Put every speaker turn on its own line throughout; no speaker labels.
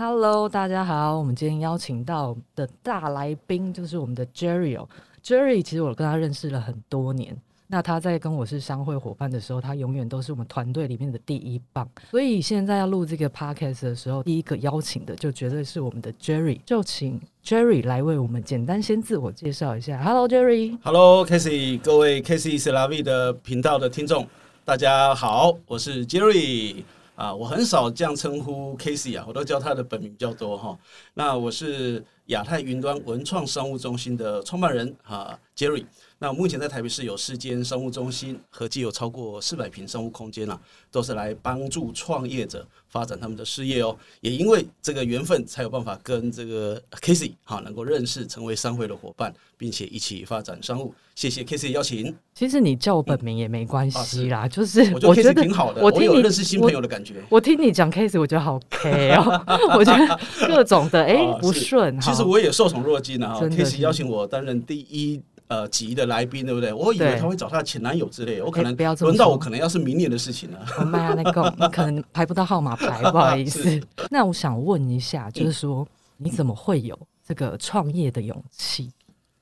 Hello，大家好，我们今天邀请到的大来宾就是我们的 Jerry 哦。Jerry 其实我跟他认识了很多年，那他在跟我是商会伙伴的时候，他永远都是我们团队里面的第一棒。所以现在要录这个 podcast 的时候，第一个邀请的就绝对是我们的 Jerry，就请 Jerry 来为我们简单先自我介绍一下。Hello，Jerry。
Hello, Casey，各位 Casey 是拉 V 的频道的听众，大家好，我是 Jerry 啊，我很少这样称呼 Casey 啊，我都叫他的本名比较多哈。那我是亚太云端文创商务中心的创办人啊，Jerry。那目前在台北市有四间商务中心，合计有超过四百平商务空间啦、啊都是来帮助创业者发展他们的事业哦。也因为这个缘分，才有办法跟这个 Casey 哈能够认识，成为商会的伙伴，并且一起发展商务。谢谢 Casey 的邀请，
其实你叫我本名也没关系啦， 就是
啊我觉
我
得
觉
Casey
得
挺好的，
我
我
听
有
你
认识新
我
朋友的感觉。
我听你讲 case，我觉得好 K 哦， 我觉得各种的哎、
啊
不
是
顺哈。
其实我也受宠若惊啊
真的
，Casey
是
邀请我担任第一。呃，级的来宾对不对？我以为
对
他会找他的前男友之类，我
哎
可能
不要这么
轮到
说
我，可能要是明年的事情了。
我卖哦他那个，你可能排不到号码 牌，不好意思
是。嗯
那我想问一下，就是说你怎么会有这个创业的勇气？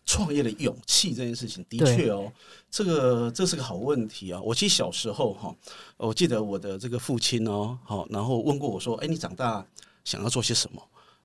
创业的勇气这件事情，的
对
确哦，这个这是个好问题啊。我记得小时候哈、呃我记得我的这个父亲哦，好，然后问过我说：“哎，你长大想要做些什么？”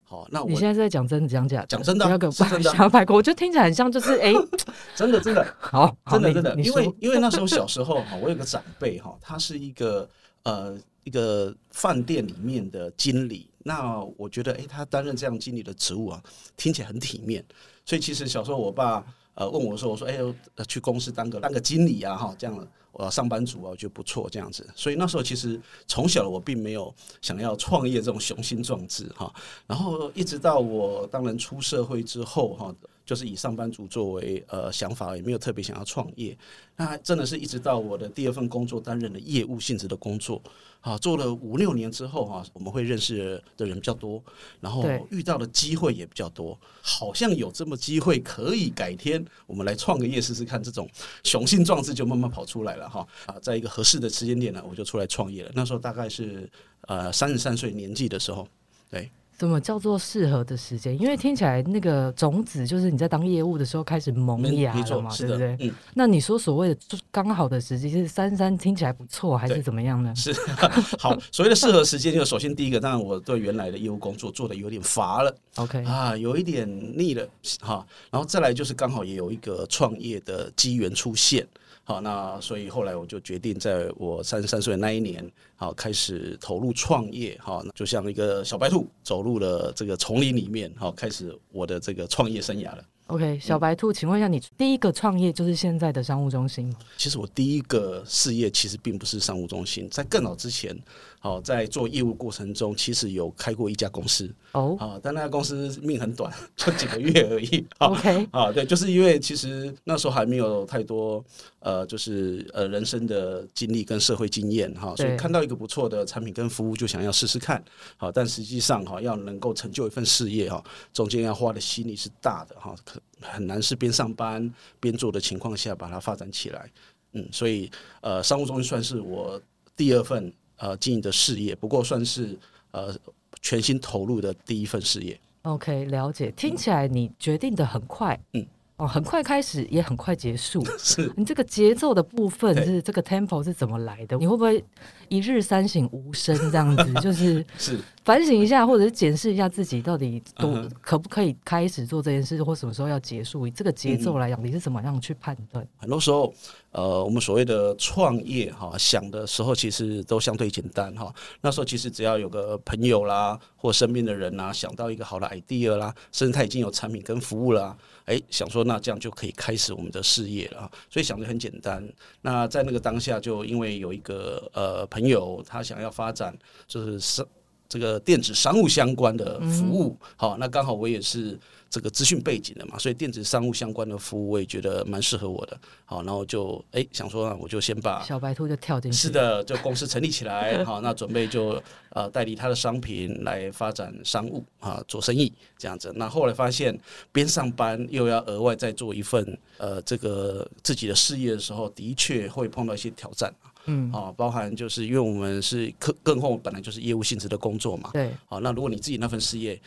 好，那
你
啊我
现在是在讲真的讲假的？
讲真的啊
不要给我
是真的啊
想拍过，我就听起来很像就是哎、
真的真的
好，好
真的
你
真的，
你
因
说
为因为那时候小时候哈，我有个长辈哈，他是一个呃一个饭店里面的经理。那我觉得，哎、他担任这样经理的职务啊，听起来很体面。所以其实小时候我爸呃问我说，我说，哎、呃去公司当个当个经理啊，哈，这样我要上班族啊，我觉得不错这样子。所以那时候其实从小我并没有想要创业这种雄心壮志哈。然后一直到我当然出社会之后哈，就是以上班族作为呃想法，也没有特别想要创业。那真的是一直到我的第二份工作担任了业务性质的工作，啊，做了五六年之后啊，我们会认识的人比较多，然后
对
遇到的机会也比较多，好像有这么机会可以改天我们来创个业试试看，这种雄心壮志就慢慢跑出来了哈啊，在一个合适的时间点呢，我就出来创业了。那时候大概是呃三十三岁年纪的时候，对。
怎么叫做适合的时间？因为听起来那个种子就是你在当业务的时候开始萌
没
芽
没
了
错，
嘛，
是
对不
的，
对？
嗯，
那你说所谓的就刚好的时机是三三听起来不错，还是
对
怎么样呢？
是 好。所谓的适合时间，就首先第一个，当然我对原来的业务工作做的有点乏了
OK，
啊，有一点腻了哈。然后再来就是刚好也有一个创业的机缘出现。好，那所以后来我就决定，在我三十三岁的那一年，好开始投入创业，哈，那就像一个小白兔走入了这个丛林里面，好开始我的这个创业生涯了。
OK，小白兔，请问一下，你第一个创业就是现在的商务中心吗？
其实我第一个事业其实并不是商务中心，在更早之前，好、在做业务过程中，其实有开过一家公司，
哦、
啊、但那家公司命很短， 就几个月而已，啊、
o k
啊，对，就是因为其实那时候还没有太多呃，就是呃人生的经历跟社会经验哈，所
对
以看到一个不错的产品跟服务就想要试试看，好，但实际上哈要能够成就一份事业哈，中间要花的心力是大的哈，可很难是边上班边做的情况下把它发展起来，嗯，所以呃商务中心算是我第二份呃经营的事业，不过算是呃全心投入的第一份事业。
OK，了解。听起来你决定的很快，
嗯，
哦，很快开始，也很快结 束。
是
你这个节奏的部分
对
是这个 tempo 是怎么来的？你会不会一日三省吾身这样 子？就是
是，
反省一下，或者是检视一下自己到底多、
嗯哼
可不可以开始做这件事，或什么时候要结束？以这个节奏来讲，你是怎么样去判断？
很多时候，呃，我们所谓的创业哈、想的时候其实都相对简单哈、那时候其实只要有个朋友啦，或身边的人啦，啊想到一个好的 idea 啦，甚至他已经有产品跟服务啦，哎，想说那这样就可以开始我们的事业了啊。所以想的很简单。那在那个当下，就因为有一个呃朋友，他想要发展就是商这个电子商务相关的服务，好、那刚好我也是这个资讯背景的嘛，所以电子商务相关的服务我也觉得蛮适合我的，好，然后就哎想说啊，我就先把
小白兔就跳进去，
是的，就公司成立起来， 好，那准备就呃代理他的商品来发展商务啊，做生意这样子。那后来发现边上班又要额外再做一份呃这个自己的事业的时候，的确会碰到一些挑战啊
嗯，
啊，包含就是因为我们是更更后本来就是业务性质的工作嘛，
对，
好，那如果你自己那份事业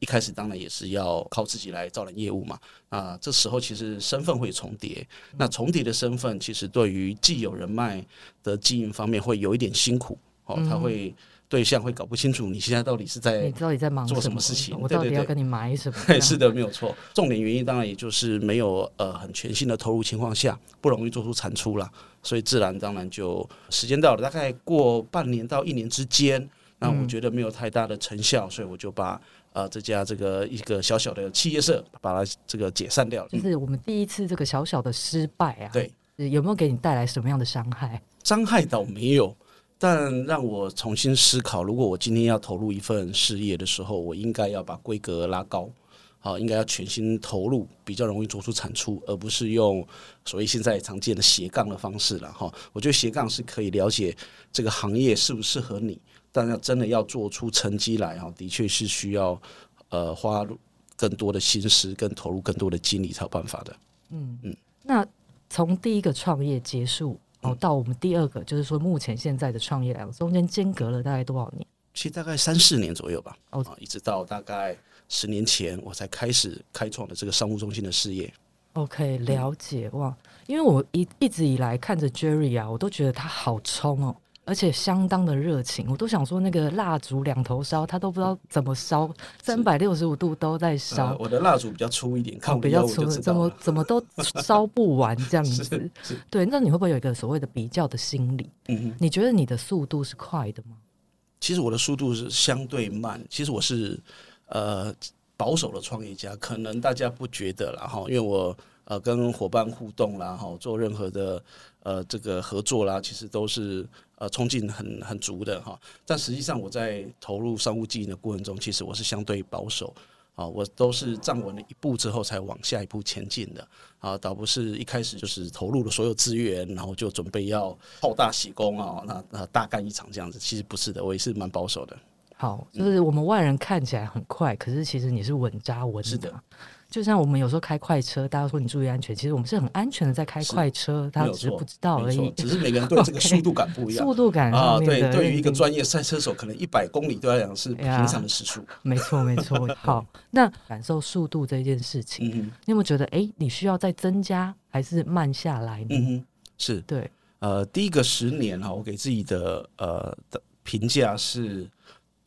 一开始当然也是要靠自己来招揽业务嘛，啊，这时候其实身份会重叠，那重叠的身份其实对于既有人脉的经营方面会有一点辛苦，哦，他会对象会搞不清楚你现在到底是在
你到底在忙
做
什
什么事情
我
对
到
对
底要
对？
跟你买什么
是的，没有错。重点原因当然也就是没有呃很全新的投入情况下，不容易做出产出啦，所以自然当然就时间到了，大概过半年到一年之间，那我觉得没有太大的成效，所以我就把呃这家这个一个小小的企业社把它这个解散掉了。
就、是我们第一次这个小小的失败啊，
对，
有没有给你带来什么样的伤害？
伤害倒没有，但让我重新思考，如果我今天要投入一份事业的时候，我应该要把规格拉高。好，应该要全心投入，比较容易做出产出，而不是用所谓现在常见的斜杠的方式了哈。我觉得斜杠是可以了解这个行业适不适合你，但要真的要做出成绩来哈，的确是需要呃花更多的心思，跟投入更多的精力才有办法的。
那从第一个创业结束，哦，到我们第二个，就是说目前现在的创业来讲，中间间隔了大概多少年？
其实大概三四年左右吧，
哦
啊，一直到大概十年前，我才开始开创了这个商务中心的事业。
OK，了解哇，因为我一一直以来看着 Jerry 啊，我都觉得他好冲哦，而且相当的热情，我都想说那个蜡烛两头烧，他都不知道怎么烧，三百六十五度都在烧。
呃我的蜡烛比较粗一点，看
啊哦
我的
比
腰
较
我
粗
就
的，
知
怎
道
么
了。
怎么都烧不完这样子
是。是，
对，那你会不会有一个所谓的比较的心理？
嗯哼，
你觉得你的速度是快的吗？
其实我的速度是相对慢，其实我是呃保守的创业家，可能大家不觉得啦哈，因为我呃跟伙伴互动啦哈，做任何的呃这个合作啦，其实都是呃冲劲很很足的哈。但实际上我在投入商务经营的过程中，其实我是相对保守。啊，我都是站稳了一步之后才往下一步前进的啊，倒不是一开始就是投入了所有资源，然后就准备要好大喜功啊，那那大干一场这样子，其实不是的，我也是蛮保守的。
好，就是我们外人看起来很快，可是其实你是稳扎稳打。
是的，
就像我们有时候开快车，大家说你注意安全，其实我们是很安全的在开快车，大家
没有
只是
错
不知道而
没错
已。
只是每个人对这个速度感不一 样。
速度感
啊，
上面
对
的，
对于一
认
个
定
专业赛车手，可能一百公里对他来讲是平
呀
常的时速。
没错没 错。好，那感受速度这件事情，
嗯哼，
你有没有觉得，哎、你需要再增加还是慢下来呢？
嗯哼，是。
对，
呃，第一个十年哈，我给自己的呃的评价是。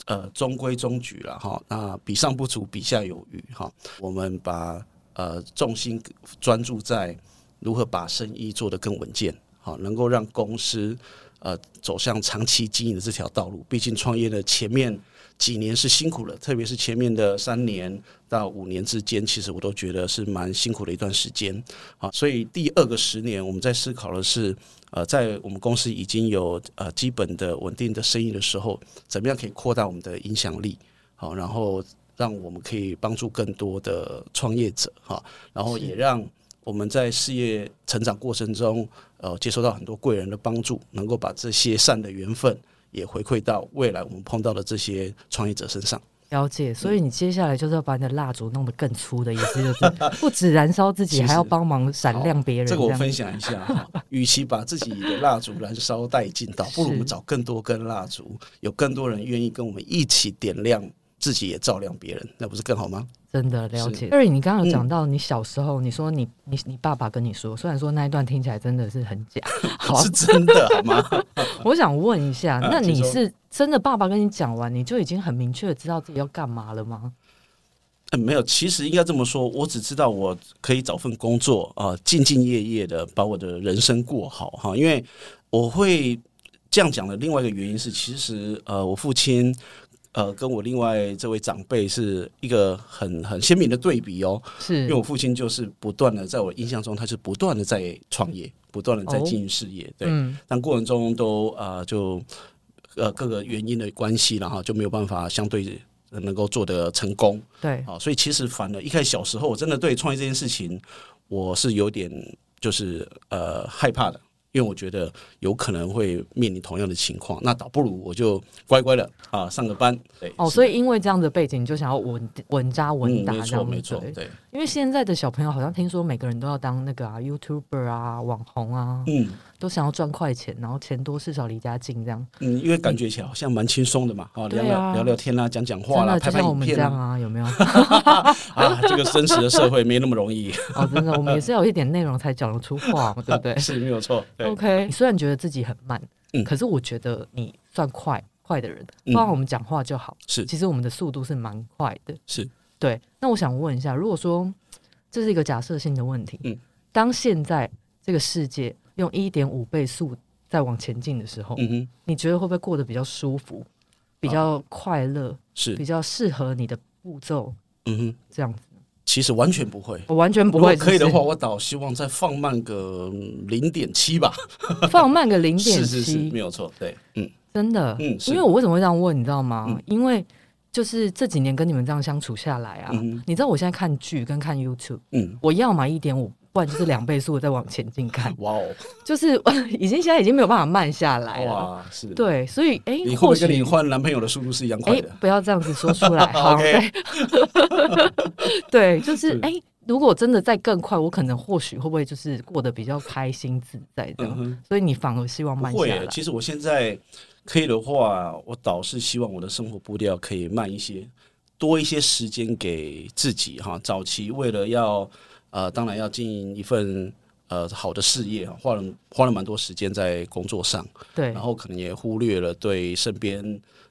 呃，中规中矩了哈。那比上不足，比下有余哈。我们把呃重心专注在如何把生意做得更稳健，好，能够让公司呃走向长期经营的这条道路。毕竟创业的前面几年是辛苦了，特别是前面的三年到五年之间，其实我都觉得是蛮辛苦的一段时间。好，所以第二个十年，我们在思考的是，呃，在我们公司已经有呃基本的稳定的生意的时候，怎么样可以扩大我们的影响力？好，然后让我们可以帮助更多的创业者哈，然后也让我们在事业成长过程中，呃，接收到很多贵人的帮助，能够把这些善的缘分也回馈到未来我们碰到的这些创业者身上。
了解。所
嗯
以你接下来就是要把你的蜡烛弄得更粗的意思，就是 不止燃烧自己，
其实
还要帮忙闪亮别人。
这个我
样
分享一下哈，与其把自己的蜡烛燃烧殆尽，倒不如
是
我们找更多根蜡烛，有更多人愿意跟我们一起点亮，自己也照亮别人，那不是更好吗？
真的了
是
解。二，你刚刚有讲到你小时候，你说你你你爸爸跟你说，虽然说那一段听起来真的是很 假。 好，
是真的好吗？
我想问一下，
啊
那
请
你
说
是真的爸爸跟你讲完，你就已经很明确的知道自己要干嘛了吗？
呃没有，其实应该这么说，我只知道我可以找份工作啊、呃兢兢业业的把我的人生过好哈。因为我会这样讲的另外一个原因是，其实呃，我父亲呃跟我另外这位长辈是一个很很鲜明的对比哦。因为
是，
我父亲就是不断的，在我印象中，他是不断的在创业，不断的在
哦
经营事业，对。
嗯，
但过程中都呃就呃各个原因的关系，然后就没有办法相对呃能够做得成功
对，
啊、所以其实反而一开始小时候，我真的对创业这件事情，我是有点就是呃害怕的，因因为我觉得有可能会面临同样的情况，那倒不如我就乖乖的啊上个班。对，
哦，
是
所以因为这样的背景，你就想要稳稳扎稳打
嗯，没
这
错
样子。
没错，对，
因为现在的小朋友好像听说每个人都要当那个啊 YouTuber 啊网红啊，
嗯
都想要赚快钱，然后钱多事少离家近这样。
嗯，因为感觉起来好像蛮轻松的嘛，啊，
对
聊
啊
聊聊聊天啦，讲讲话
真
啦，
的
拍
就
拍
像我
影
们
片
这样
啦，
啊，有没有？
啊，这个真实的社会没那么容易，
哦，真的，我们也是要有一点内容才讲得出话 嘛，对 不对哦
是没有错，对。
？OK，你虽然觉得自己很慢，
嗯
可是我觉得你算快快的人，不
嗯
然我们讲话就好。
是
其实我们的速度是蛮快的。
是，
对。那我想问一下，如果说这是一个假设性的问题，
嗯，
当现在这个世界用一点五倍速在往前进的时候，
嗯哼，
你觉得会不会过得比较舒服、比
啊
较快乐、
是
比，较适合你的步骤
嗯哼，
这样子？
其实完全不会。
我完全不
如果
会，
可以
是
的
不是
话，我倒希望再放慢个零点七吧。
放慢个零点
是是是，
七
没，有错，对，嗯
真的，
嗯，是
因为我为什么会这样问，你知道吗？
嗯
因为就是这几年跟你们这样相处下来啊，
嗯哼
你知道我现在看剧跟看 YouTube，
嗯，，
我要么一点五，不然就是两倍速的再往前进看
哇哦，
就是 已经现在已经没有办法慢下来了。
哇，是，
对，所以哎、
你会不
或
会跟你
许
换男朋友的速度是一样
哎、
快的？
不要这样子说出 来，好
OK
对，对， 就是
是
哎、如果真的再更快，我可能或许会不会就是过得比较开心自在这
嗯
样，
哼，
所以你反而希望
不
慢下
会耶。
来。
其实我现在可以的话，我倒是希望我的生活步调可以慢一些，多一些时间给自己哈。早期为了要呃，当然要经营一份呃好的事业，花了花了蛮多时间在工作上。
对
然，后可能也忽略了对身边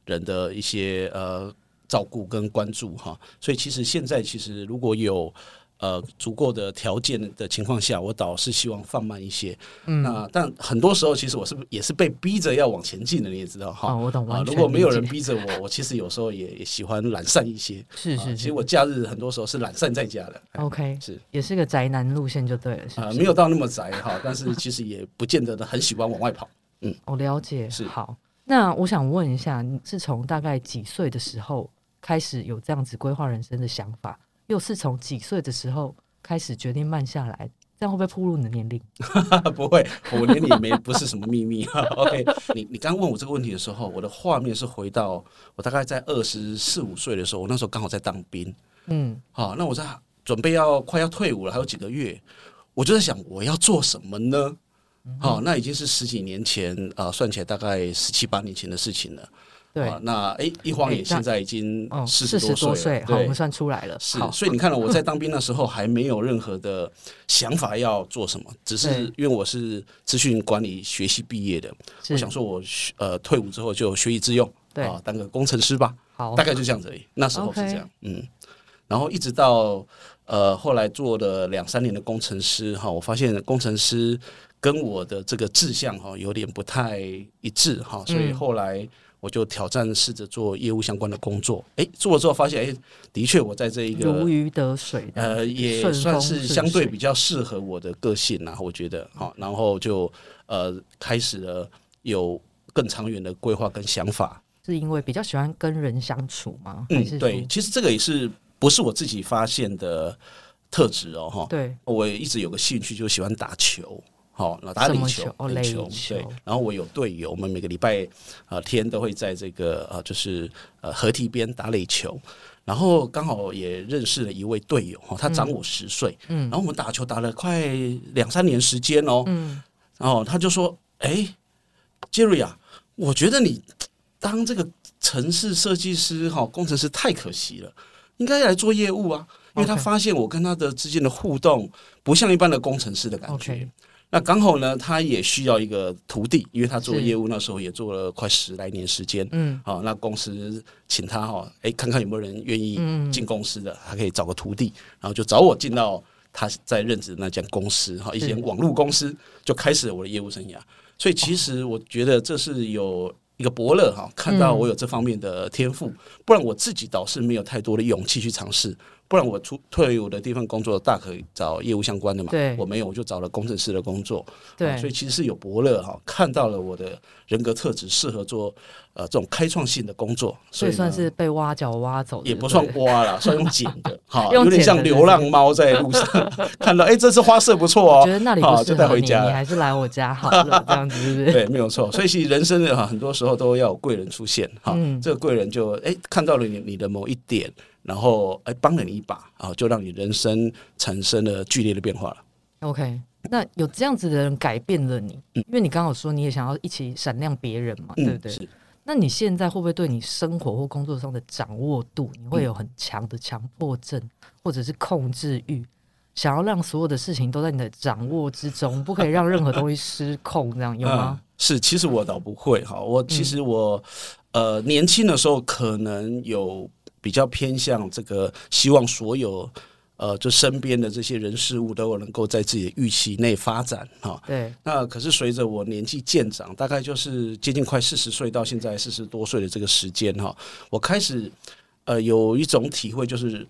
人的一些呃照顾跟关注哈。所以其实现在其实如果有呃足够的条件的情况下，我倒是希望放慢一些。
嗯
那但很多时候其实我是也是被逼着要往前进的，你也知道哈。
哦，我懂，
啊
完，
如
全
果没有
理
人
解
逼着我，我其实有时候也也喜欢懒散一些。
是
啊
是
其实
是
我假日很多时候是懒散在家的。哎
，OK，
是
也是个宅男路线就对了，是
啊、
不
没
是？
有到那么宅哈，但是其实也不见得很喜欢往外跑。
我哦了解，
是
好。那我想问一下，你是从大概几岁的时候开始有这样子规划人生的想法？又是从几岁的时候开始决定慢下来？这样会不会暴露你的年龄？
不会，我年龄没不是什么秘密。OK，你你刚问我这个问题的时候，我的画面是回到我大概在二十四五岁的时候，我那时候刚好在当兵。
嗯，
好，那我在准备要快要退伍了，还有几个月，我就在想我要做什么呢？
嗯
好、那已经是十几年前啊、呃算起来大概十七八年前的事情了。
对，
啊那哎，一晃
哎
眼，
那
现在已经
哦，
四
四
十
十
多
多
岁
岁，
了，
好，我
对
们，算出来了，
是，
好，嗯
所以你看了我在当兵那时候还没有任何的想法要做什么，只是
对
因为我是资讯管理学系毕业的，我
是
想说我学呃退伍之后就学以致用，
对
啊，当个工程师吧，
好
大，概就这样子而已。那时候是
OK
这样，嗯，然后一直到呃后来做了两三年的工程师哈，我发现工程师跟我的这个志向哈有点不太一致哈，所以
嗯
后来。我就挑战试着做业务相关的工作，诶，做了之后发现，诶，的确我在这一个
如鱼得水的，
呃，也
顺
算
风
是
顺
相对
水
比较适合我的个性啦、我觉得好，然后就呃开始了有更长远的规划跟想法。
是因为比较喜欢跟人相处吗？还
嗯，
是
对，
说
其实这个也是不是我自己发现的特质哦，哈。
对，
我一直有个兴趣，就喜欢打球。好，那打
什
垒
么
球
球，哦
垒
垒
球，
球
对。然后我有队友，我们每个礼拜呃天都会在这个呃就是呃河堤边打垒球。然后刚好也认识了一位队友哈，他长我十岁，
嗯
然后我们打球打了快两三年时间哦，
嗯，
然后他就说：“哎，杰瑞啊，我觉得你当这个城市设计师哈、工程师太可惜了，应该来做业务啊。”因为他
OK
发现我跟他的之间的互动不像一般的工程师的感觉。
OK
那刚好呢，他也需要一个徒弟，因为他做
是
业务那时候也做了快十来年时间。
嗯
好、那公司请他哈、哎，看看有没有人愿意
嗯
进公司的，他可以找个徒弟，然后就找我进到他在任职的那家公司哈，一间网络公司，就开始了我的业务生涯。所以其实我觉得这是有一个伯
嗯
乐哈，看到我有这方面的天赋，不然我自己倒是没有太多的勇气去尝试。不然我出退伍的地方工作，大可以找业务相关的嘛。
对
我没有，我就找了工程师的工作。啊
对，
所以其实是有伯乐哈，看到了我的人格特质适合做呃这种开创性的工作，
所以
呢
算是被挖角挖走的，
也不算
对
挖啦，算用捡的哈，
用
有点
捡
像
的
流
对
浪猫在路 上看到，哎、这只花色不错
我觉得
哦。
那里不
好
适合
就带回
你
家了
你还是来我家好了，这样子是不是？
对，没有错。所以其实人生的哈，很多时候都要有贵人出现哈。
嗯
这个贵人就哎、看到了你你的某一点，然后哎帮了你一把啊，就让你人生产生了剧烈的变化了。
OK，那有这样子的人改变了你，
嗯
因为你刚好说你也想要一起闪亮别人嘛，对不对？
是
那你现在会不会对你生活或工作上的掌握度，你
嗯
会有很强的强迫症，或者是控制欲，想要让所有的事情都在你的掌握之中，不可以让任何东西失控，这样有吗
嗯？？是，其实我倒不会哈，我其实我、呃年轻的时候可能有比较偏向这个，希望所有呃就身边的这些人事物都能够在自己的预期内发展哈、
对，
那可是随着我年纪渐长，大概就是接近快四十岁到现在四十多岁的这个时间哈，我开始呃有一种体会，就是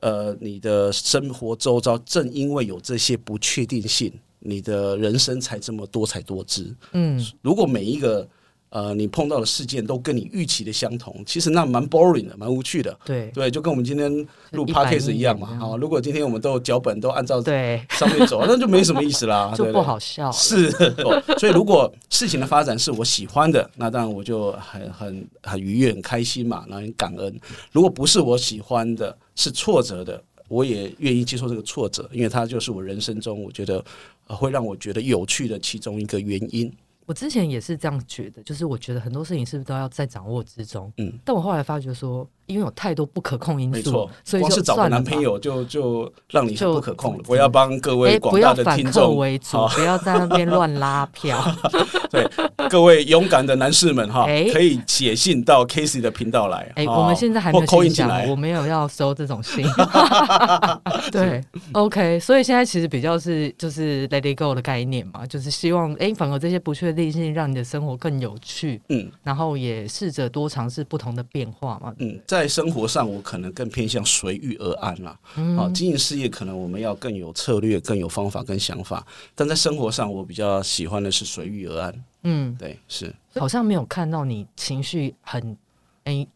呃你的生活周遭正因为有这些不确定性，你的人生才这么多才多姿。
嗯，
如果每一个呃你碰到的事件都跟你预期的相同，其实那蛮 boring 的，蛮无趣的。
对
对，就跟我们今天录
就一板
podcast
一
一样
眼
嘛。
这样
好、如果今天我们都有脚本，都按照
对，
上面走，那就没什么意思啦，
就
啊对
不
对
好笑。
是、哦所以如果事情的发展是我喜欢的，那当然我就很很很愉悦、很开心嘛，然后很感恩。如果不是我喜欢的，是挫折的，我也愿意接受这个挫折，因为它就是我人生中我觉得、呃会让我觉得有趣的其中一个原因。
我之前也是这样觉得，就是我觉得很多事情是不是都要在掌握之中？
嗯，
但我后来发觉说，因为有太多不可控因
没
素
错，，
所以
光
就是
找
算
个
了
男
吧
朋。友就就让你很
就
不可控了。我要帮各
哎、
位
不
广大
要
的
反
听
客
众，
为主
好，
不要在那边乱拉 票。
对 各位勇敢的男士们哈，
哎
可以写信到 Casey 的频道来。
哎、
哈
我们现在还没
或
有
call
信
in 进来
箱，我，没有要收这种信。 对，OK，所以现在其实比较是就是 Let It Go 的概念嘛，就是希望哎、反而这些不确定性让你的生活更有趣，
嗯。
然后也试着多尝试不同的变化嘛。
嗯，在生活上，我可能更偏向随遇而安啦。
嗯
啊，经营事业可能我们要更有策略、更有方法、跟想法，但在生活上，我比较喜欢的是随遇而安。
嗯，
对，是
好像没有看到你情绪很，哎、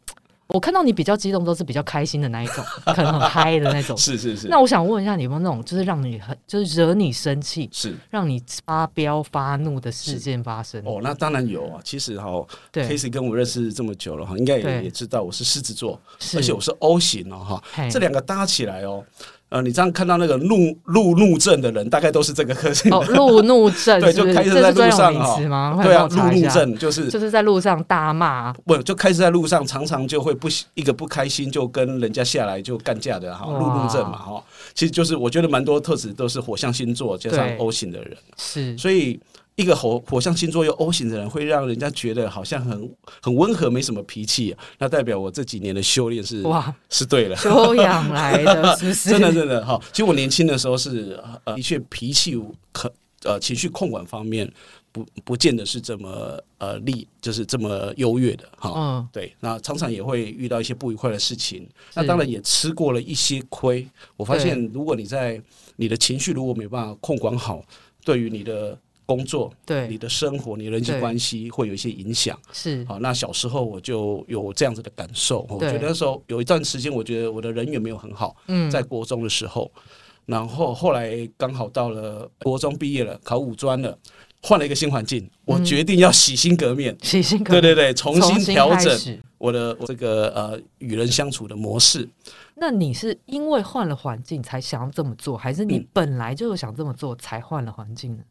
我看到你比较激动，都是比较开心的那一种，可能很嗨的那种。
是是是
哦那我想问一下，你有没有那种就是让你很就是惹你生气、
是
让你发飙发怒的事件发生？
哦，那当然有啊。其实哈
对，
，Casey 跟我认识这么久了哈，应该
对
也也知道我是狮子座，
是，哎
而且我是 O 型哦哈。
嘿
这两个搭起来哦，呃，你这样看到那个路路怒症的人，大概都是这个个性。
哦，路怒症
对
是不
就是开车
这
在
是
路
专有
上
名
哈
词吗？快
对
帮
啊，
我查
路
一
怒
下，
症就是
就是在路上大骂。
不就开始在路上，常常就会不喜一个不开心就跟人家下来就干架的哈，
哇
路怒症嘛哈，其实就是我觉得蛮多特质都是火象星座加
对
上 O 型的人，
是，
所以一个火火象星座又 O 型的人，会让人家觉得好像很很温和，没什么脾气、啊那代表我这几年的修炼是
哇，
是对了。
修养来 的，是不是？
真的真的哈，其实我年轻的时候是呃，的确脾气可呃情绪控管方面不不见得是这么呃厉，就是这么优越的哈。
嗯，
对，那常常也会遇到一些不愉快的事情，
是
那当然也吃过了一些亏。我发现，如果你在你的情绪如果没办法控管好，对于你的工作、你
对，
的生活、你的人际
对
关系会有一些影响。
是，
好，那小时候我就有这样子的感受，我
对
觉得那时候有一段时间，我觉得我的人缘没有很好，
嗯，
在国中的时候，然后后来刚好到了国中毕业了，考五专了，换了一个新环境，我
嗯
决定要洗心革面。
写信
对对对，重新调
开
整
始
我的我这个呃与人相处的模式。
那你是因为换了环境才想要这么做，还是你
嗯
本来就有想这么做才换了环境呢？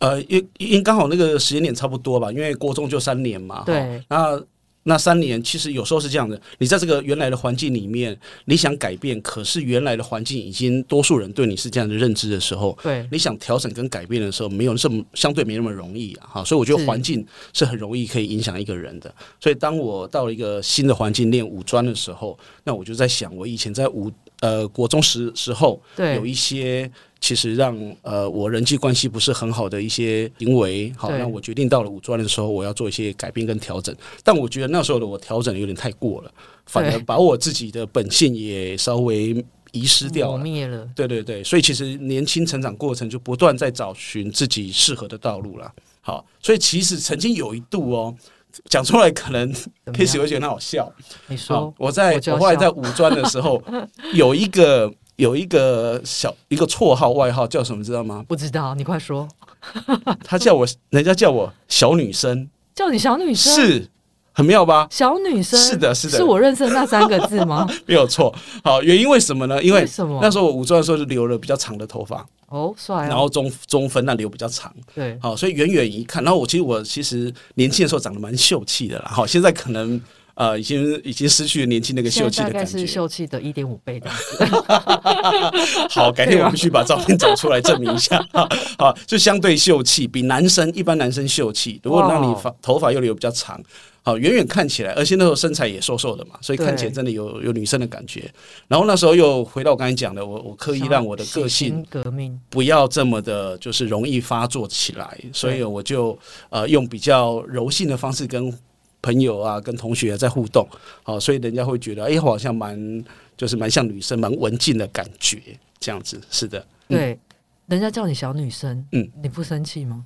呃，因因刚好那个时间点差不多吧，因为国中就三年嘛。哈
对
那那三年其实有时候是这样的，你在这个原来的环境里面，你想改变，可是原来的环境已经多数人对你是这样的认知的时候。
对，
你想调整跟改变的时候，没有这么相对没那么容易啊，哈，所以我觉
是
得环境是很容易可以影响一个人的。所以当我到了一个新的环境练武专的时候，那我就在想，我以前在武呃国中时时候，有
对，
一些其实让呃我人际关系不是很好的一些行为，好，
对
那我决定到了五专的时候，我要做一些改变跟调整。但我觉得那时候的我调整有点太过了，反而
对
把我自己的本性也稍微遗失掉
磨
了。
灭了。
对对对，所以其实年轻成长过程就不断在找寻自己适合的道路啦。好，所以其实曾经有一度哦，讲出来可能
怎么
Kiss
样？
会觉得很好笑。
你
好
说，
我在
我就要
我后来
笑
在五专的 时候，有一个有一个小一个绰号外号叫什么，知道吗？
不知道，你快说，啊
他叫我，人家叫我小女生，
叫你小女生，
是很妙吧？
小女生，
是的是的
是我认识的那三个字 吗？
没有错。好，原因为什么呢？因为
什么？
那时候我五专的时候就留了比较长的头发，
哦，帅
然
哦，
后中中分那留比较长，
对，
好，所以远远一看，然后我其实我其实年轻的时候长得蛮秀气的啦，好，现在可能呃已经已经失去了年轻那个秀
现
气
在
的
大概
感
是
觉。
秀气的一点五倍的，
好，改
啊
天我必须把照片找出来证明一下。 好，就相对秀气，比男生一般男生秀气。如果让你
哇
发头发又留比较长，好，远远看起来，而且那时候身材也瘦瘦的嘛，所以看起来
对
真的有有女生的感觉。然后那时候又回到我刚才讲的，我我 刻意让我的
想要
个
洗
性
心革命，
不要这么的，就是容易发作起来，所以我就呃用比较柔性的方式跟朋友啊、跟同学、在互动，好、所以人家会觉得，哎、我好像蛮就是蛮像女生、蛮文静的感觉，这样子，是的，
对，人家叫你小女生，
嗯，
你不生气吗？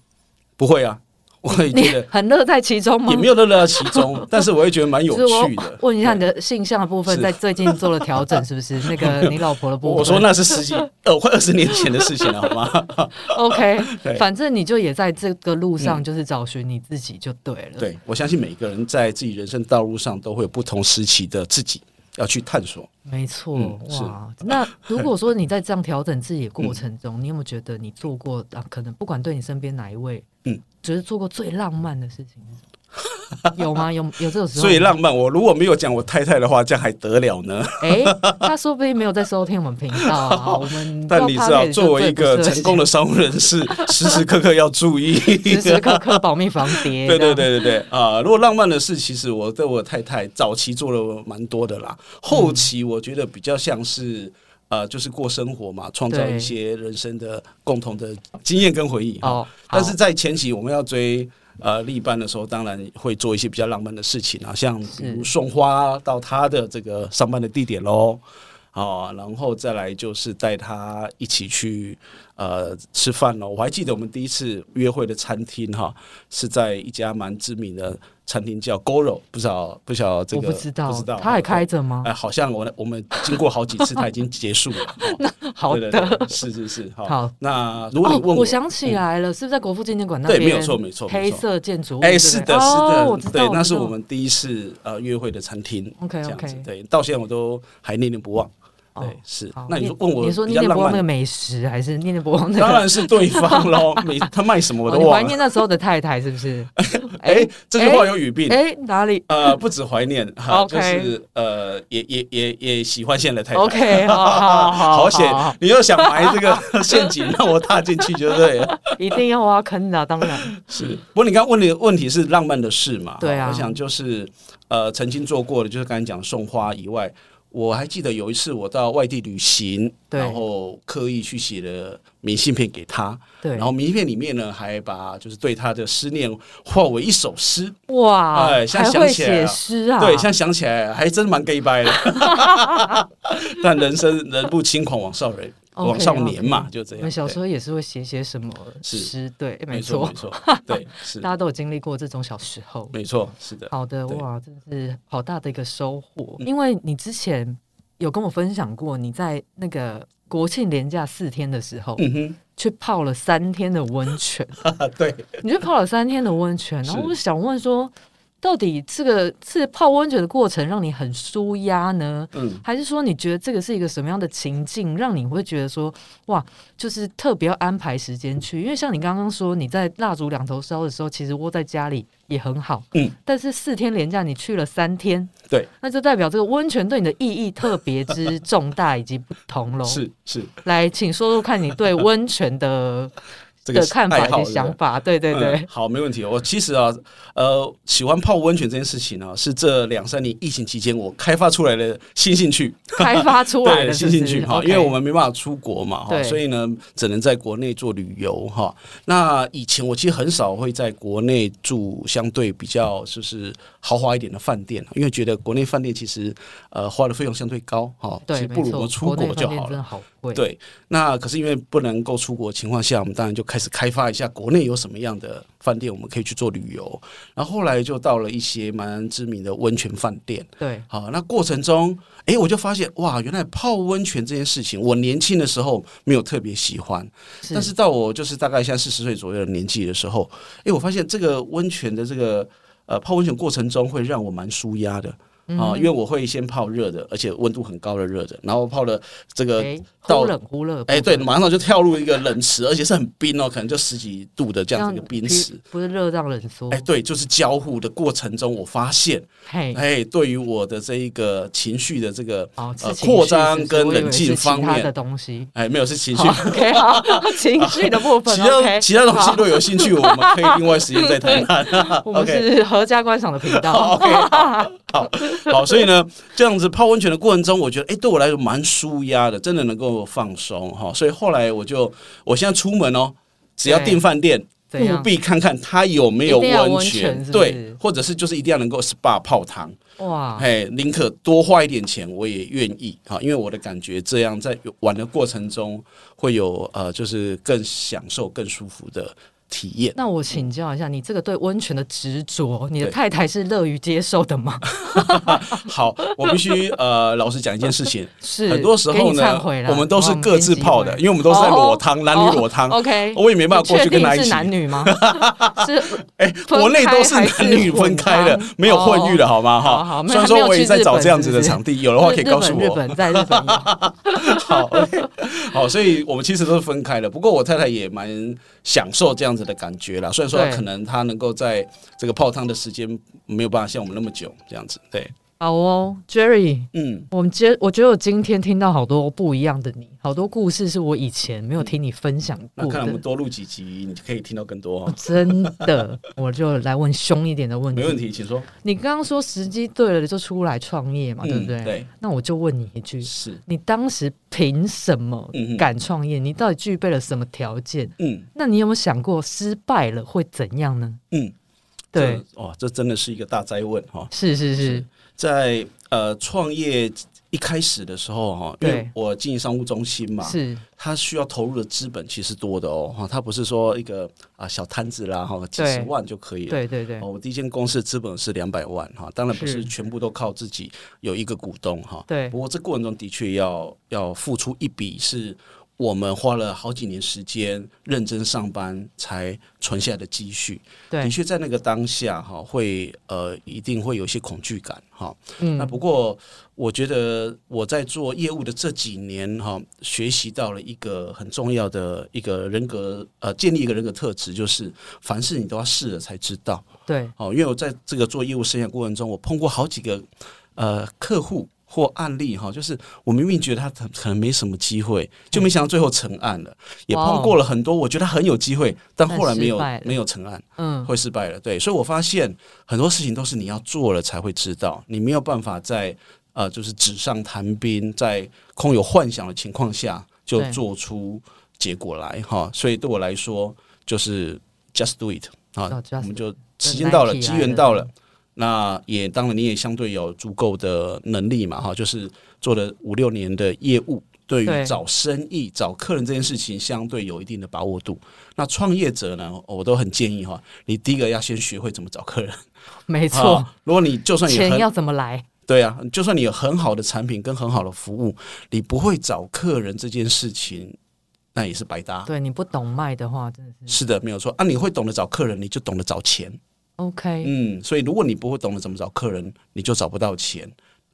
不会啊，我也
你
觉得
很乐在其中吗？
也没有乐乐其中，但是我也觉得蛮有
就是我
趣的。
问一下你的性向的部分，
是
在最近做了调整，是不是？那个你老婆的部
我
分，
我说那是十几呃快二十年前的事情了，好吗？
OK，
对嗯
反正你就也在这个路上，就是找寻你自己就对了。，
对，我相信每个人在自己人生道路上都会有不同时期的自己要去探索。
没错。
嗯
哇，那如果说你在这样调整自己的过程中，你有没有觉得你做过啊？可能不管对你身边哪一位，
嗯，
觉得做过最浪漫的事情是什么 有吗？有有这种时候吗？
所以浪漫，我如果没有讲我太太的话，这样还得了呢？
哎，他说不定没有在收听我们频道 啊。我们
但你知道，作为一个成功
的，
的商务人士，时时刻刻要注意。
时 时刻刻保密防谍。
对对对
这样，
对对啊、如果浪漫的事，其实我对我太太早期做了蛮多的啦，后
嗯
期我觉得比较像是。呃，就是过生活嘛，创造
对
一些人生的共同的经验跟回忆。哈
哦，
但
好
是在前期我们要追呃另一半的时候，当然会做一些比较浪漫的事情啊，像比如
是
送花到他的这个上班的地点喽，啊，然后再来就是带他一起去呃吃饭喽。我还记得我们第一次约会的餐厅哈、是在一家蛮知名的餐厅叫 Goro，不知道不晓得这
我
个
不知道
不知道，
他还开。着吗
哎、？好像我我们经过好几次，他已经结束了。 哦
好
对
的，
对对是是是，好。
好
那如果你
哦
问嗯
我想起来了，是不是在国父纪念馆那
对
边？
没有错没错没
黑
错
色建筑物。
哎、
对不对
是的，是
哦
的，
我知道
对，
我
那
知
是
道
我们第一次呃约会的餐厅
OK
这样子
OK。
对，到现在我都还念念不忘。
哦
对，是
好。
那你
念
说问我
你说
比
念
较
念
浪
不忘那个
漫，
美食，还是念念不忘那个？
当然是对方喽。你他卖什么我
哦
都
你怀
忘了。
念那时候的太太是不 是？
哎，这句话有语病。
哎，哪里
呃，不止怀念，哈，就
OK
是呃，也也也也喜欢现在的太太。
？OK，好 好好，
好险
好，
你又想埋这个陷阱让我踏进去就对了。
一定要挖坑的，当 然。
是，不过你刚刚问的问题是浪漫的事嘛？
对啊
我想就是呃，曾经做过的，就是刚才讲送花以外，我还记得有一次我到外地旅行，
对
然后刻意去写了明信片给他，
对
然，后明信片里面呢还把就是对他的思念化为一首诗，
哇，
哎现在
还
想
会
起来
写
了
诗啊？
对，现在想起来还真蛮 gay 掰的， 但人生人不轻狂枉少人，
OK，
枉少年嘛，就这
我
样。
们小
对
时候也是会写写什么
是
诗，对，
没
没
错
错
没，错，对， 是
大家都有经历过这种小时候。
没错是的，
好的，
对嗯
哇，真是好大的一个收获。因为你之前有跟我分享过，你在那个国庆连假四天的时候，
嗯哼
去泡了三天的温 泉，
哈哈，对。
你去泡了三天的温泉，然后我就想问说，到底这个是泡温泉的过程让你很舒压呢？
嗯
还是说你觉得这个是一个什么样的情境，让你会觉得说哇，就是特别要安排时间去？因为像你刚刚说，你在蜡烛两头烧的时候，其实窝在家里也很好，
嗯，
但是四天连假你去了三天，
对，
那就代表这个温泉对你的意义特别之重大以及不同喽。
是是，
来，请说说看你对温泉的
这个
的看
爱
法及
好对不对
想法，对对对，
嗯好，没问题。我其实啊，呃，喜欢泡温泉这件事情呢、是这两三年疫情期间我开发出来的新兴趣，
开发出来
对
的
新兴趣哈，因为我们没办法出国嘛哈，
对
所以呢，只能在国内做旅游哈。那以前我其实很少会在国内住相对比较就是豪华一点的饭店，因为觉得国内饭店其实呃花的费用相对高哈，其
对，
实
没
不如
错
我出
国
国
内
就
饭店
好
真
了。
的好贵，
对，那可是因为不能够出国的情况下，我们当然就开始开发一下国内有什么样的饭店，我们可以去做旅游。然后后来就到了一些蛮知名的温泉饭店。
对
好，那过程中，诶，我就发现哇，原来泡温泉这件事情，我年轻的时候没有特别喜欢，但是到我就是大概现在四十岁左右的年纪的时候，诶，我发现这个温泉的这个呃泡温泉过程中会让我蛮舒压的。啊、因为我会先泡热的，而且温度很高的热的，然后泡了这个
哎
到
忽冷忽热的部分，
哎、对，马上就跳入一个冷池，而且是很冰哦，可能就十几度的这
这
样子一个冰池。，
不是热胀冷缩
哎、，对，就是交互的过程中，我发现，
嘿，
哎、对于我的这一个情绪的这个，
嗯哦，是
呃
情
扩
绪
张
是不是
跟
我以为
冷静
是其
方
他
面
的东 西。
哎、没有是情绪
好，OK，好， 情绪的部分
其他
，OK，
其他东西
好
如果有兴趣，我们可以另外时间再谈 谈。
我们
OK
是合家观赏的频
好
道，
，OK，好，好，好，所以呢，这样子泡温泉的过程中，我觉得，哎、对我来说蛮舒压的，真的能够放松哈、所以后来我就，我现在出门哦，只要
对
订饭店，
怎
务
样？
必看看它有没有
一定要
温
温泉是不啊是
对，或者是就是一定要能够 SPA 泡汤，
哇，
哎、宁可多花一点钱我也愿意哈，因为我的感觉这样在玩的过程中会有呃，就是更享受、更舒服的体验。
那我请教一下，你这个对温泉的执着，你的
对
太太是乐于接受的 吗？
好，我必须呃，老实讲一件事情，
是，
很多时
给
候
你
呢
忏悔，啦
我们都是各自泡的，因为我
我
们都是在
们
裸
哦
汤，男女裸汤。
OK，
我也没办法过去跟他一
是
起，
男女吗？ 是
哎，
分
国内
开
都是
还
男
是
女分
混
开的
汤，
没有混浴的好吗？
好
哈
好，没有
虽然说
还没有
我也
去
在
日
找
本
这样子
是
的
不是
场地，有的话可以
日
告诉
本日
我。
本在日本有
好， 好，所以我们其实都是分开的。不过我太太也蛮享受这样子的感觉啦，虽然说
对
可能她能够在这个泡汤的时间没有办法像我们那么久这样子。对，
好哦，Jerry，
嗯，
我们今我觉得我今天听到好多不一样的你，好多故事是我以前没有听你分享
嗯那
过
看来我们
的。
多录几集，你就可以听到更多
我
哦。
真的， 我就来问凶一点的问
没问
题。
题，请说。
你刚刚说时机对了就出来创业嘛，啊对不
嗯
对？
对
那我就问你一句：
是，
你当时凭什么
嗯哼
敢创业？你到底具备了什么条件？
嗯
那你有没有想过失败了会怎样呢？
嗯，
对，
这，哇，这真的是一个大灾问哈。
是是是，
在呃创业一开始的时候哈，因为
对
我经营商务中心嘛，
是，
它需要投入的资本其实多的哦，哈，它不是说一个啊小摊子啦哈，几十
对
万就可以了。
对对对
哦，我第一间公司的资本是两百万哈，当然不
是
是全部都靠自己有一个股东哈。
对
不过这过程中的确要要付出一笔，是我们花了好几年时间认真上班才存下来的积蓄。的
对，
确在那个当下哈，会呃一定会有一些恐惧感哈。那
嗯，
不过，我觉得我在做业务的这几年哈、学习到了一个很重要的一个人格，呃，建立一个人格特质，就是凡事你都要试了才知道。
对，
哦，因为我在这个做业务生涯过程中，我碰过好几个呃客户或案例哈、就是我明明觉得他可可能没什么机会，就没想到最后成案了。也
哇哦
碰过了很多我觉得很有机会，但
但
后来没
失
有
败了
没有成案。
嗯，
会失败了。对，所以我发现很多事情都是你要做了才会知道，你没有办法在呃就是纸上谈兵，在空有幻想的情况下就
对
做出结果来哈。所以对我来说，就是 just do it 啊
哦，just
我们就
do it
时间到了，
就 Nike 啊
机
来
缘
了
到了。那也当然，你也相对有足够的能力嘛，哈，就是做了五六年的业务，对
对
于找生意、找客人这件事情，相对有一定的把握度。那创业者呢，我都很建议哈，你第一个要先学会怎么找客人。
没错，
啊 如果你就算有
钱
很
要怎么来？
对啊，就算你有很好的产品跟很好的服务，你不会找客人这件事情，那也是白搭。
对你不懂卖的话，真的是
是的，没有错啊！你会懂得找客人，你就懂得找钱。
OK。
嗯，所以如果你不会懂得怎么找客人，你就找不到钱。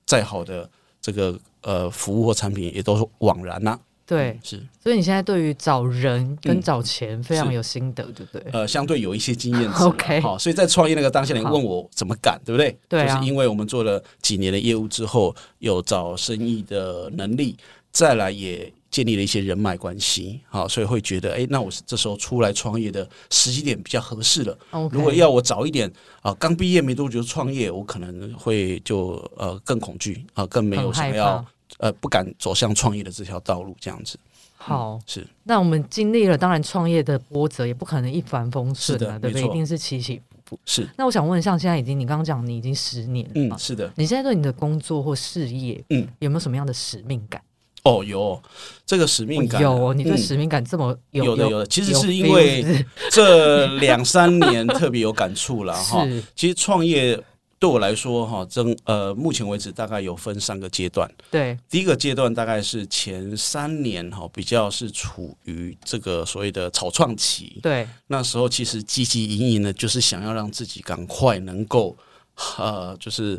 再好的这个呃服务或产品也都是枉然呐、
对，
是
所以你现在对于找人跟
嗯
找钱非常
是
有心得，对不对？
呃，相对有一些经验值啦。
OK
好，所以在创业那个当下，你
好
问我怎么敢，对不对？
对啊
就是因为我们做了几年的业务之后，有找生意的能力，再来也建立了一些人脉关系，好，所以会觉得，哎，那我是这时候出来创业的时机点比较合适了。
OK，
如果要我早一点啊，刚毕业没多久就创业，我可能会就呃更恐惧啊，更没有
很害
想
怕
要呃不敢走向创业的这条道路，这样子
好，
是
那我们经历了当然创业的波折，也不可能一帆风顺
是的
啊，对不对？
没
一
错
定是起起伏。
是
那我想问，像现在已经你刚刚讲你已经十年了嘛
嗯，是的。
你现在对你的工作或事业，
嗯
有没有什么样的使命感？
哦，有哦这个使命感啊、
有哦，你对
嗯
使命感这么有
有的有
有
的，其实
有
是因
feel，
为
是不是
这两三年特别有感触了啊哈。
是
其实创业对我来说哈，真呃，目前为止大概有分三个阶段。
对
第一个阶段大概是前三年哈，比较是处于这个所谓的草创期，
对
那时候其实积极营营的，就是想要让自己赶快能够呃，就是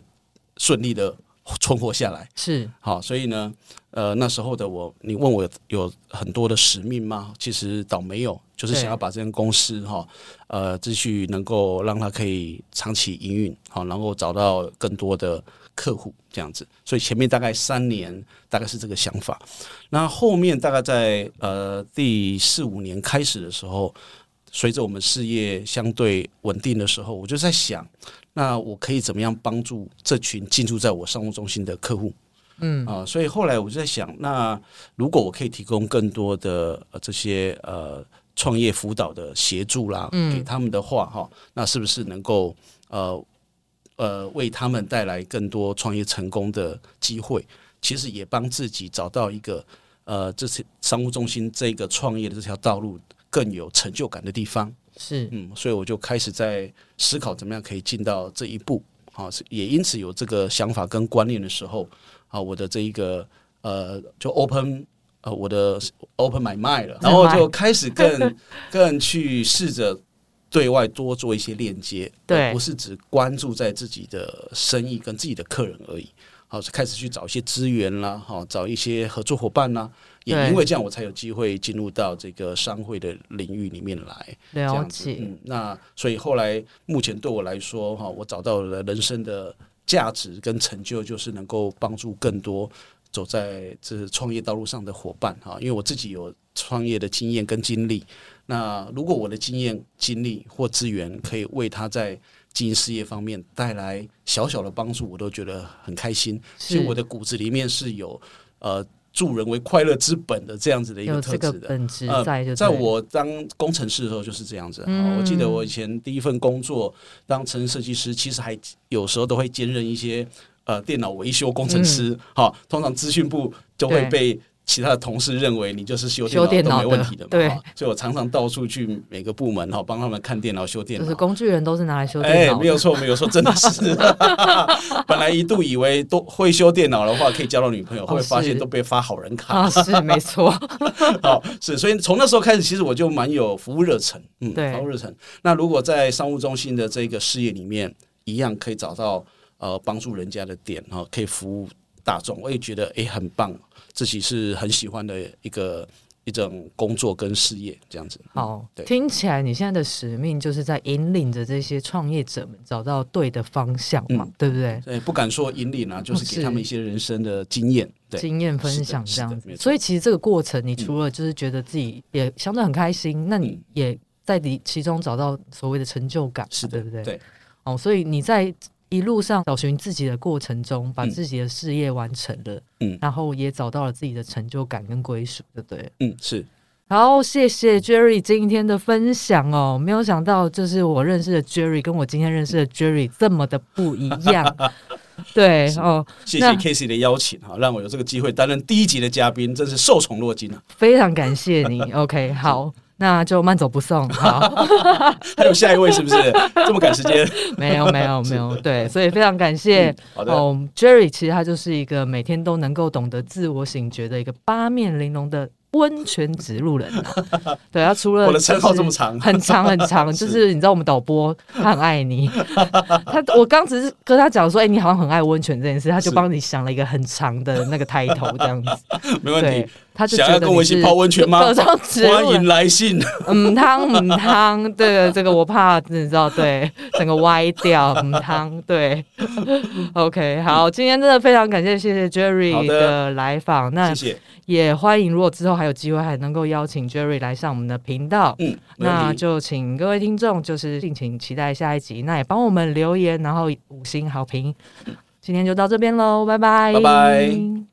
顺利的存活下来。
是
好，所以呢，呃，那时候的我，你问我有有很多的使命吗？其实倒没有，就是
对
想要把这间公司哈，呃，继续能够让它可以长期营运，好，然后找到更多的客户这样子。所以前面大概三年大概是这个想法，那后面大概在呃第四五年开始的时候，随着我们事业相对稳定的时候，我就在想。那我可以怎么样帮助这群进驻在我商务中心的客户？
嗯
啊、所以后来我就在想，那如果我可以提供更多的、呃这些呃创业辅导的协助啦，
嗯
给他们的话哈，那是不是能够呃呃为他们带来更多创业成功的机会？其实也帮自己找到一个呃，这是商务中心这个创业的这条道路更有成就感的地方。
是
嗯，所以我就开始在思考怎么样可以进到这一步。好、是也因此有这个想法跟观念的时候，啊，我的这一个呃，就 open 呃，我的 open my mind 了，然后就开始更更去试着对外多做一些链接，
对
而不是只关注在自己的生意跟自己的客人而已。好，是开始去找一些资源啦，好，找一些合作伙伴啦，也
对
因为这样，我才有机会进入到这个商会的领域里面来。这
了
样子
解。
嗯，那所以后来目前对我来说，哈，我找到了人生的价值跟成就，就是能够帮助更多走在这创业道路上的伙伴哈。因为我自己有创业的经验跟经历，那如果我的经验、经历或资源可以为他在经营事业方面带来小小的帮助，我都觉得很开心。其
是
实我的骨子里面是有呃助人为快乐之本的这样子的一
有
个
这
特
个
质的。
本质
呃
在就
在
对
我当工程师的时候就是这样子、
嗯
啊。我记得我以前第一份工作当城市设计师，其实还有时候都会兼任一些呃电脑维修工程师。好、通常资讯部都会
嗯对
被其他的同事认为你就是修
修电
脑
脑
都没问
的
题的嘛。
对
哈所以我常常到处去每个部门哈、帮他们看电脑、修电
就
脑。
是工具人都是拿来修电
哎，
脑
没
的，
有错，没有错，真的是。 本来一度以为都会修电脑的话，可以交到女朋友，
哦
后来发现
是
都被发好人卡。
啊，是没 错，
好，是，所以从那时候开始，其实我就蛮有服务热忱，嗯，
对
服务热忱。那如果在商务中心的这个事业里面，一样可以找到呃帮助人家的点哈、哦，可以服务大众，我也觉得诶很棒，自己是很喜欢的一个一种工作跟事业这样子。
好，
对
听起来你现在的使命就是在引领着这些创业者们找到对的方向嘛，
嗯
对不对？
对，不敢说引领啊，就是
哦是
给他们一些人生的经验。对，
经验
是
分
的
享这
是的
样
没
子，
错
所以其实这个过程，你除了就是觉得自己也相对很开心，那你
嗯
也在你其中找到所谓的成就感嘛，
是的
对不对？
对。
哦，所以你在一路上找寻自己的过程中，把
嗯
自己的事业完成了，
嗯
然后也找到了自己的成就感跟归属，对不对？
嗯，是
好，谢谢 Jerry 今天的分享哦。没有想到，就是我认识的 Jerry 跟我今天认识的 Jerry 这么的不一样。 对哦，
谢谢
那
Casey 的邀请哈，让我有这个机会担任第一集的嘉宾，真是受宠若惊啊！
非常感谢你。OK，好， 那就慢走不送。好，
还有下一位是不是这么赶时间？
没有没有没有，对，所以非常感谢。
嗯好的，
哦，Jerry 其实他就是一个每天都能够懂得自我醒觉的一个八面玲珑的温泉植物人啊、 对他除了、
我
就是、
的称号这么长
很长很 长，就是你知道我们导播他很爱你，他我刚只是跟他讲说，哎、你好像很爱温泉这件事，他就是帮你想了一个很长的那个 title 这样子。
没问
对
题。
他就
想要
觉得
跟我
你
一起
是
泡温 泉吗？
各种植
欢
物
迎
人，
来信。
嗯汤嗯汤， 对这个我怕，你知道，对，整个歪掉，嗯汤，对 ，OK，好，今天真的非常感谢，谢谢 Jerry
好的
的来访，那
谢谢，
也欢迎，如果之后还有机会，还能够邀请 Jerry 来上我们的频道。
嗯，没问
那
题
就请各位听众就是敬请期待下一集，那也帮我们留言，然后五星好评。今天就到这边喽，拜拜，
拜拜。